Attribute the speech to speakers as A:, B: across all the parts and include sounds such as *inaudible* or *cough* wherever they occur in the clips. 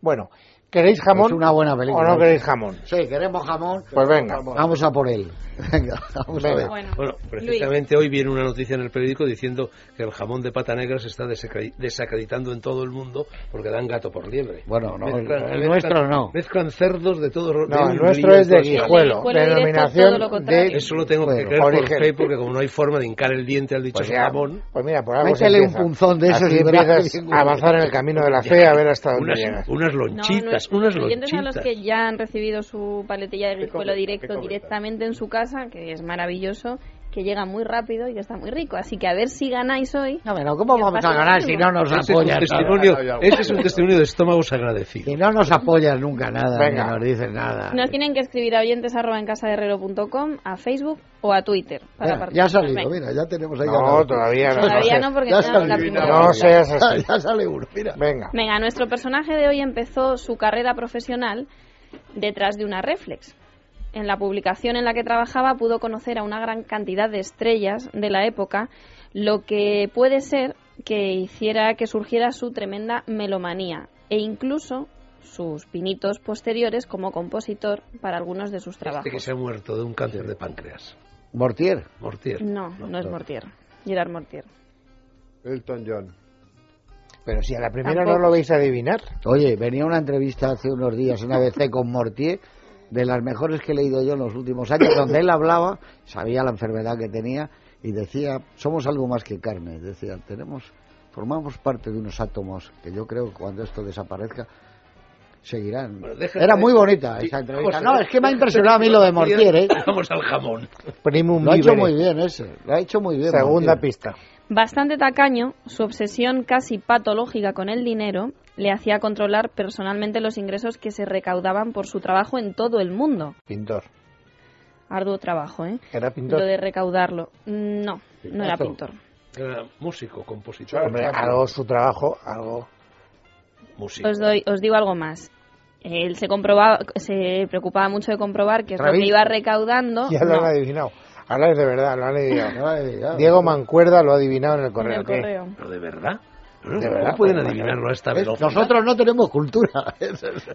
A: Bueno, ¿queréis jamón?
B: Es una buena película.
A: ¿O no queréis jamón?
B: Sí, queremos jamón.
A: Pues venga.
B: Vamos a
A: *laughs*
B: por él. Venga, vamos a ver.
C: Bueno,
D: Bueno, precisamente hoy viene una noticia en el periódico diciendo que el jamón de pata negra se está desacre- desacreditando en todo el mundo porque dan gato por liebre.
B: Bueno, no, el- el
D: mezclan-
B: nuestro no.
D: Mezclan cerdos de todos los de
A: No,
D: un
A: el nuestro
D: brillo
A: es de
D: todo.
A: guijuelo,
C: Guijuelo directo, todo lo
A: denominación
C: contrario.
A: de...
D: Eso lo tengo que
B: Bueno,
D: creer
A: origen.
D: por Facebook, porque como no hay forma de hincar el diente al dicho
A: Pues, ya,
D: jamón,
A: pues mira, por algo se
B: Métele un
A: empieza.
B: punzón de esos
A: Aquí
B: y verás
A: empiezas
B: que bien
A: a avanzar en el camino de la fe a ver hasta dónde llegas.
D: unas, unas lonchitas, unas
C: clientes a los
D: lonchitas.
C: que ya han recibido su paletilla de guijuelo directo
E: comenta?
C: directamente en su casa, que es maravilloso, que llega muy rápido y que está muy rico. Así que a ver si ganáis hoy.
B: No, pero ¿cómo
C: Que
B: vamos a
C: pase
B: ganar
C: lo
B: si
C: mismo.
B: no nos
D: Ese es, un
B: apoyan? nada?
D: testimonio,
E: nada.
D: ese es un testimonio de estómagos agradecidos.
B: Si no nos apoyan nunca nada,
A: Venga.
B: ni nos dicen nada.
C: Nos tienen que escribir a oyentes arroba en casa de herrero.com, a Facebook o a Twitter. Para
B: Mira, ya ha
C: participar.
B: salido,
C: Venga.
B: mira, ya tenemos ahí
A: No,
B: ganador.
A: todavía no.
C: Todavía
A: no,
C: no,
A: sé.
C: porque
B: Ya
C: no,
B: está
C: la
B: el
C: primera
A: No
C: vez.
A: seas así.
B: *laughs* Ya sale uno, mira.
A: Venga.
C: Venga, nuestro personaje de hoy empezó su carrera profesional detrás de una reflex. En la publicación en la que trabajaba pudo conocer a una gran cantidad de estrellas de la época, lo que puede ser que hiciera que surgiera su tremenda melomanía e incluso sus pinitos posteriores como compositor para algunos de sus
D: Este que
C: trabajos.
D: se ha muerto de un cáncer de páncreas.
B: Mortier.
D: Mortier.
C: No, no es Mortier. Gerard Mortier.
E: Elton John.
A: Pero si a la primera
C: Tampoco.
A: no lo vais a adivinar.
B: Oye, venía una entrevista hace unos días en ABC con Mortier, de las mejores que he leído yo en los últimos años, donde él hablaba, sabía la enfermedad que tenía y decía, somos algo más que carne, decía, tenemos, formamos parte de unos átomos que yo creo que cuando esto desaparezca seguirán.
D: Bueno, déjate
B: Era
D: de-
B: muy bonita
D: Sí,
B: esa entrevista.
D: José,
B: no, es que me ha impresionado a mí lo de Mortier, ¿eh?
D: Vamos al jamón.
A: Primum
B: Lo ha hecho
A: vivere.
B: muy bien ese, lo ha hecho muy bien.
A: Segunda
B: Mortier.
A: pista.
C: Bastante tacaño, su obsesión casi patológica con el dinero le hacía controlar personalmente los ingresos que se recaudaban por su trabajo en todo el mundo.
A: Pintor.
C: Arduo trabajo, ¿eh?
A: Era pintor.
C: Lo de recaudarlo. No, no era pintor.
D: Era Eh, músico, compositor.
A: Hombre, algo su trabajo, algo.
D: músico.
C: Os, doy, os digo algo más. Él se, comprobaba, se preocupaba mucho de comprobar que es lo que
A: Travis.
C: iba recaudando.
A: Ya lo
C: No,
A: han adivinado. Ahora es de verdad,
B: *laughs*
A: lo han adivinado.
B: Ay, ya.
A: Diego Mancuerda lo ha adivinado en el
C: en
A: correo.
C: el
A: ¿qué?
C: correo.
D: ¿Pero de verdad? No,
A: De
D: ¿Cómo
A: verdad,
D: pueden
A: pues,
D: adivinarlo a esta
B: ¿Ves?
D: veloz? *laughs*
B: Nosotros no tenemos cultura.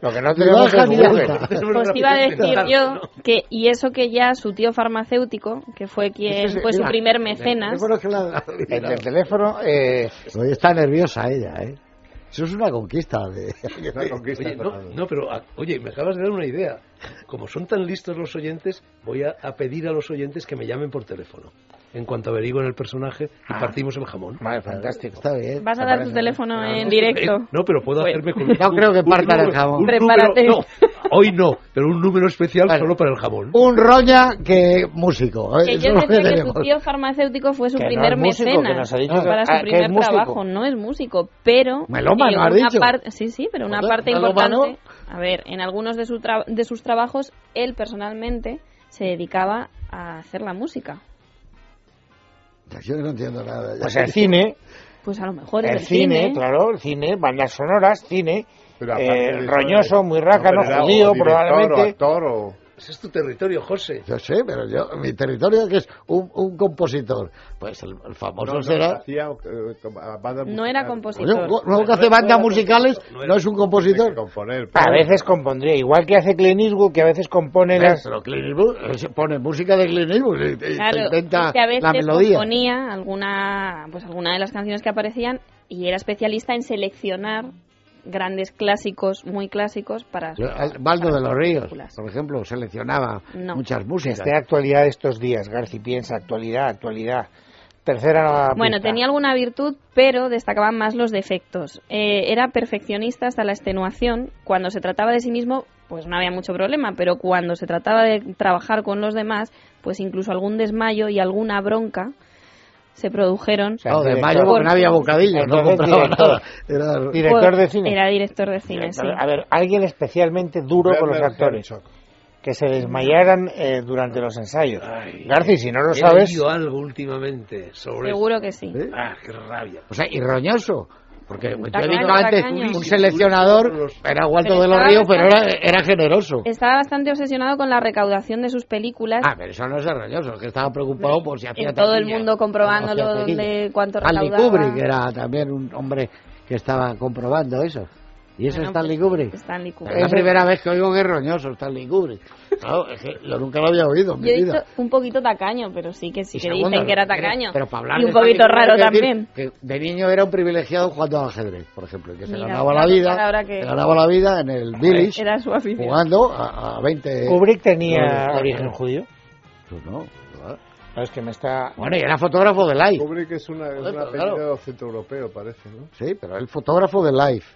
A: Lo que no
B: Ni
A: tenemos
B: baja
A: es
B: ni
A: Google.
B: alta.
D: Es verdad,
C: Pues te iba a
D: es
C: decir
D: verdad,
C: yo
D: ¿no?
C: que, y eso que ya su tío farmacéutico, que fue quien
B: Ese es-
C: fue pues, su
B: mira,
C: primer mecenas,
B: Yo creo que la- *laughs*
A: En el teléfono, eh,
B: Hoy está nerviosa ella, ¿eh? Eso es una conquista de... *laughs*
E: Una conquista
D: Oye, no,
E: total.
D: no, pero a- oye, me acabas de dar una idea. Como son tan listos los oyentes, voy a, a pedir a los oyentes que me llamen por teléfono. En cuanto averigüen el personaje, y
B: Ah.
D: partimos el jamón.
A: madre, fantástico.
B: Está bien.
C: Vas a dar tu teléfono en directo.
D: Eh, No, pero puedo
C: *laughs*
D: hacerme con
B: No creo que parta el
D: número-
B: jamón.
D: un número-
C: Prepárate.
D: no,
C: *laughs*
D: hoy no, pero un número especial
B: Vale.
D: solo para el jamón.
E: Uh.
B: Un roña que músico. ¿eh?
C: Que
B: Eso
C: yo
B: es lo
C: pensé
B: que
C: que su
B: tenemos.
C: tío farmacéutico fue su
A: Que no
C: primer
A: es músico, que
C: mecenas
A: nos ha dicho que-
C: para su
A: ah, que
C: primer
A: es músico.
C: trabajo. No es músico, pero.
B: Melómano, has
C: una
B: dicho.
C: parte- sí, sí, pero una
B: Joder,
C: parte
B: melómano.
C: importante. A ver, en algunos de, su tra- de sus trabajos, él personalmente se dedicaba a hacer la música.
B: *laughs* Yo no entiendo nada. ya.
A: Pues el cine,
C: Pues a lo mejor
A: el
C: en el
A: cine,
C: cine.
A: claro, el cine, bandas sonoras, cine,
E: Pero
A: eh,
E: aparte de eso,
A: roñoso, muy rácano,
E: pero era o
A: judío,
E: director, O
A: probablemente.
E: actor o...
D: Ese es tu territorio, José.
B: Yo sé, pero yo, mi territorio que es un, un compositor. Pues el, el famoso
E: No, no,
B: será...
E: hacía, eh, com- a bandas
C: No era
E: musicales.
C: compositor.
B: Oye, un co- luego que hace bandas musicales, no es un
E: Tiene que
B: compositor.
E: componer.
A: A
E: pero-
A: veces compondría, igual que hace Clint Eastwood, que a veces compone
B: Pero
A: las...
B: Clint Eastwood, eh, se pone música de Clint Eastwood y- y te
C: Claro,
B: eh, inventa
C: es que a veces
B: la melodía.
C: componía alguna, pues alguna de las canciones que aparecían y era especialista en seleccionar grandes clásicos, muy clásicos, para su-
B: El Baldo de los Ríos,
C: películas.
B: por ejemplo, seleccionaba
C: No.
B: muchas
A: Que
B: músicas.
A: esté actualidad de estos días, Garci, piensa, actualidad, actualidad. Tercera
C: Bueno,
A: pista.
C: tenía alguna virtud, pero destacaban más los defectos. Eh, era perfeccionista hasta la extenuación. Cuando se trataba de sí mismo, pues no había mucho problema, pero cuando se trataba de trabajar con los demás, pues incluso algún desmayo y alguna bronca se produjeron.
A: O sea,
B: No, de
A: director.
B: mayo porque no había bocadillo, no
A: Entonces,
B: compraba
A: director.
B: nada. *laughs* Era-
A: Director de
C: Pues,
A: cine.
C: Era director de cine, sí.
A: A ver, alguien especialmente duro con los
E: Werner
A: actores.
E: Herzog.
A: Que se desmayaran eh, durante los ensayos.
D: Ay.
A: Garci, si no lo
D: He
A: sabes...
D: leído algo últimamente sobre
C: Seguro que sí.
B: ¿Eh?
D: esto. Ah, qué rabia.
B: O sea, y roñoso. Porque yo
C: Tacaño,
B: digo antes,
C: tacaño.
B: un seleccionador era Waldo de los Ríos, pero era, era generoso.
C: Estaba bastante obsesionado con la recaudación de sus películas.
B: Ah, pero eso no es roñoso, es que estaba preocupado por si hacía
C: en todo el
B: taquilla.
C: mundo comprobándolo
B: No hacía taquilla.
C: dónde- cuánto
B: Stanley
C: recaudaba.
B: Kubrick era también un hombre que estaba comprobando eso. ¿Y ese
C: Bueno,
B: Stanley
C: pues,
B: Kubrick?
C: Stanley Kubrick.
B: Es la primera vez que oigo que roñoso Stanley Kubrick. Claro, es que yo nunca lo había oído en mi
C: Yo he dicho
B: vida.
C: un poquito tacaño, pero sí que sí
B: Y
C: que
B: segundo,
C: dicen que era
B: pero-
C: tacaño.
B: Pero para hablar
C: y
B: de
C: un
B: Stanley
C: poquito
B: Kubrick,
C: raro
B: hay que decir
C: también.
B: Que de niño era un privilegiado jugando al ajedrez, por ejemplo, y que se
C: Mira,
B: ganaba la
C: claro,
B: vida,
C: ahora que-
B: se ganaba la vida en el village
C: Era su afición.
B: jugando a, a 20
A: Kubrick tenía
B: Bueno,
A: origen
B: bueno.
A: judío.
B: Pues no, claro.
A: No, es que me está.
B: Bueno, y era fotógrafo de Life.
E: Kubrick es una, es
B: Joder,
E: un
D: pues,
B: pero
E: apellido
B: claro.
E: centroeuropeo, parece, ¿no?
B: Sí, pero el fotógrafo de Life.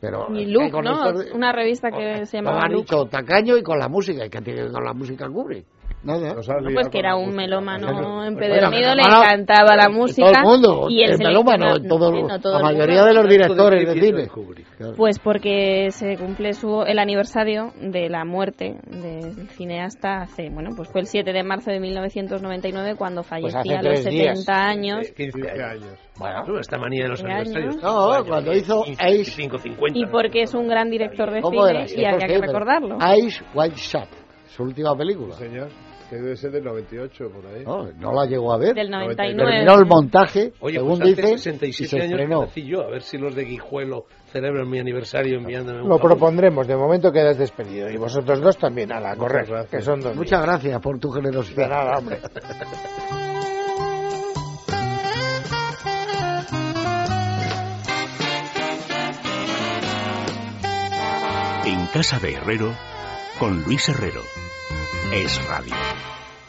B: Pero
C: Y
B: es que
C: Look,
B: con
C: ¿no?
B: esto de-
C: Una revista que se
B: Lo
C: llamaba
B: han
C: Look.
B: dicho tacaño y con la música. ¿Y qué tiene que ver con la música Kubrick? Nada.
E: Nos has
C: No,
D: Eh,
E: liado
C: pues que
E: con
C: era
E: la
C: un
E: música.
C: melómano
E: Eso.
B: Pues
C: empedernido, le
B: melómano-
C: encantaba la música.
B: eh, Todo el mundo.
C: y él
B: el
C: selecciona-
B: melómano, en todo,
C: sí, eh, no todo
B: la
C: el
B: mayoría
C: mundo.
B: de los directores
D: ¿Por
B: de
D: qué piensas
B: cine.
D: Kubrick?
C: Pues porque se cumple su, el aniversario de la muerte del cineasta hace, bueno, pues fue el 7 de marzo de 1999 cuando
B: Pues
C: fallecía
A: hace
C: a los
A: tres
C: 70
A: días.
C: años.
E: 15 años.
D: Bueno, Ah, esta manía de los
C: ¿Qué año?
D: aniversarios.
B: No, cuando hizo Ace,
D: 5.50.
C: Y porque es un gran director de
B: ¿cómo
C: cine
B: era?
C: y había que recordarlo.
B: Ice White Shot, su última película.
E: Señor, que debe ser del 98 por ahí.
B: No, no la llegó a ver.
C: Del 99.
B: Terminó el montaje,
D: Oye,
B: según
D: pues
B: dice,
D: hace
B: y
D: 67
B: se
D: años que
B: estrenó.
D: nací yo, a ver si los de Guijuelo celebran mi aniversario enviándome un
A: Lo
D: favor.
A: propondremos. De momento quedas despedido. Y vosotros dos también, a la correr,
E: gracias.
A: que son dos.
B: Muchas gracias por tu
A: días.
B: generosidad.
A: De nada, hombre.
F: En casa de Herrero, con Luis Herrero. Es Radio.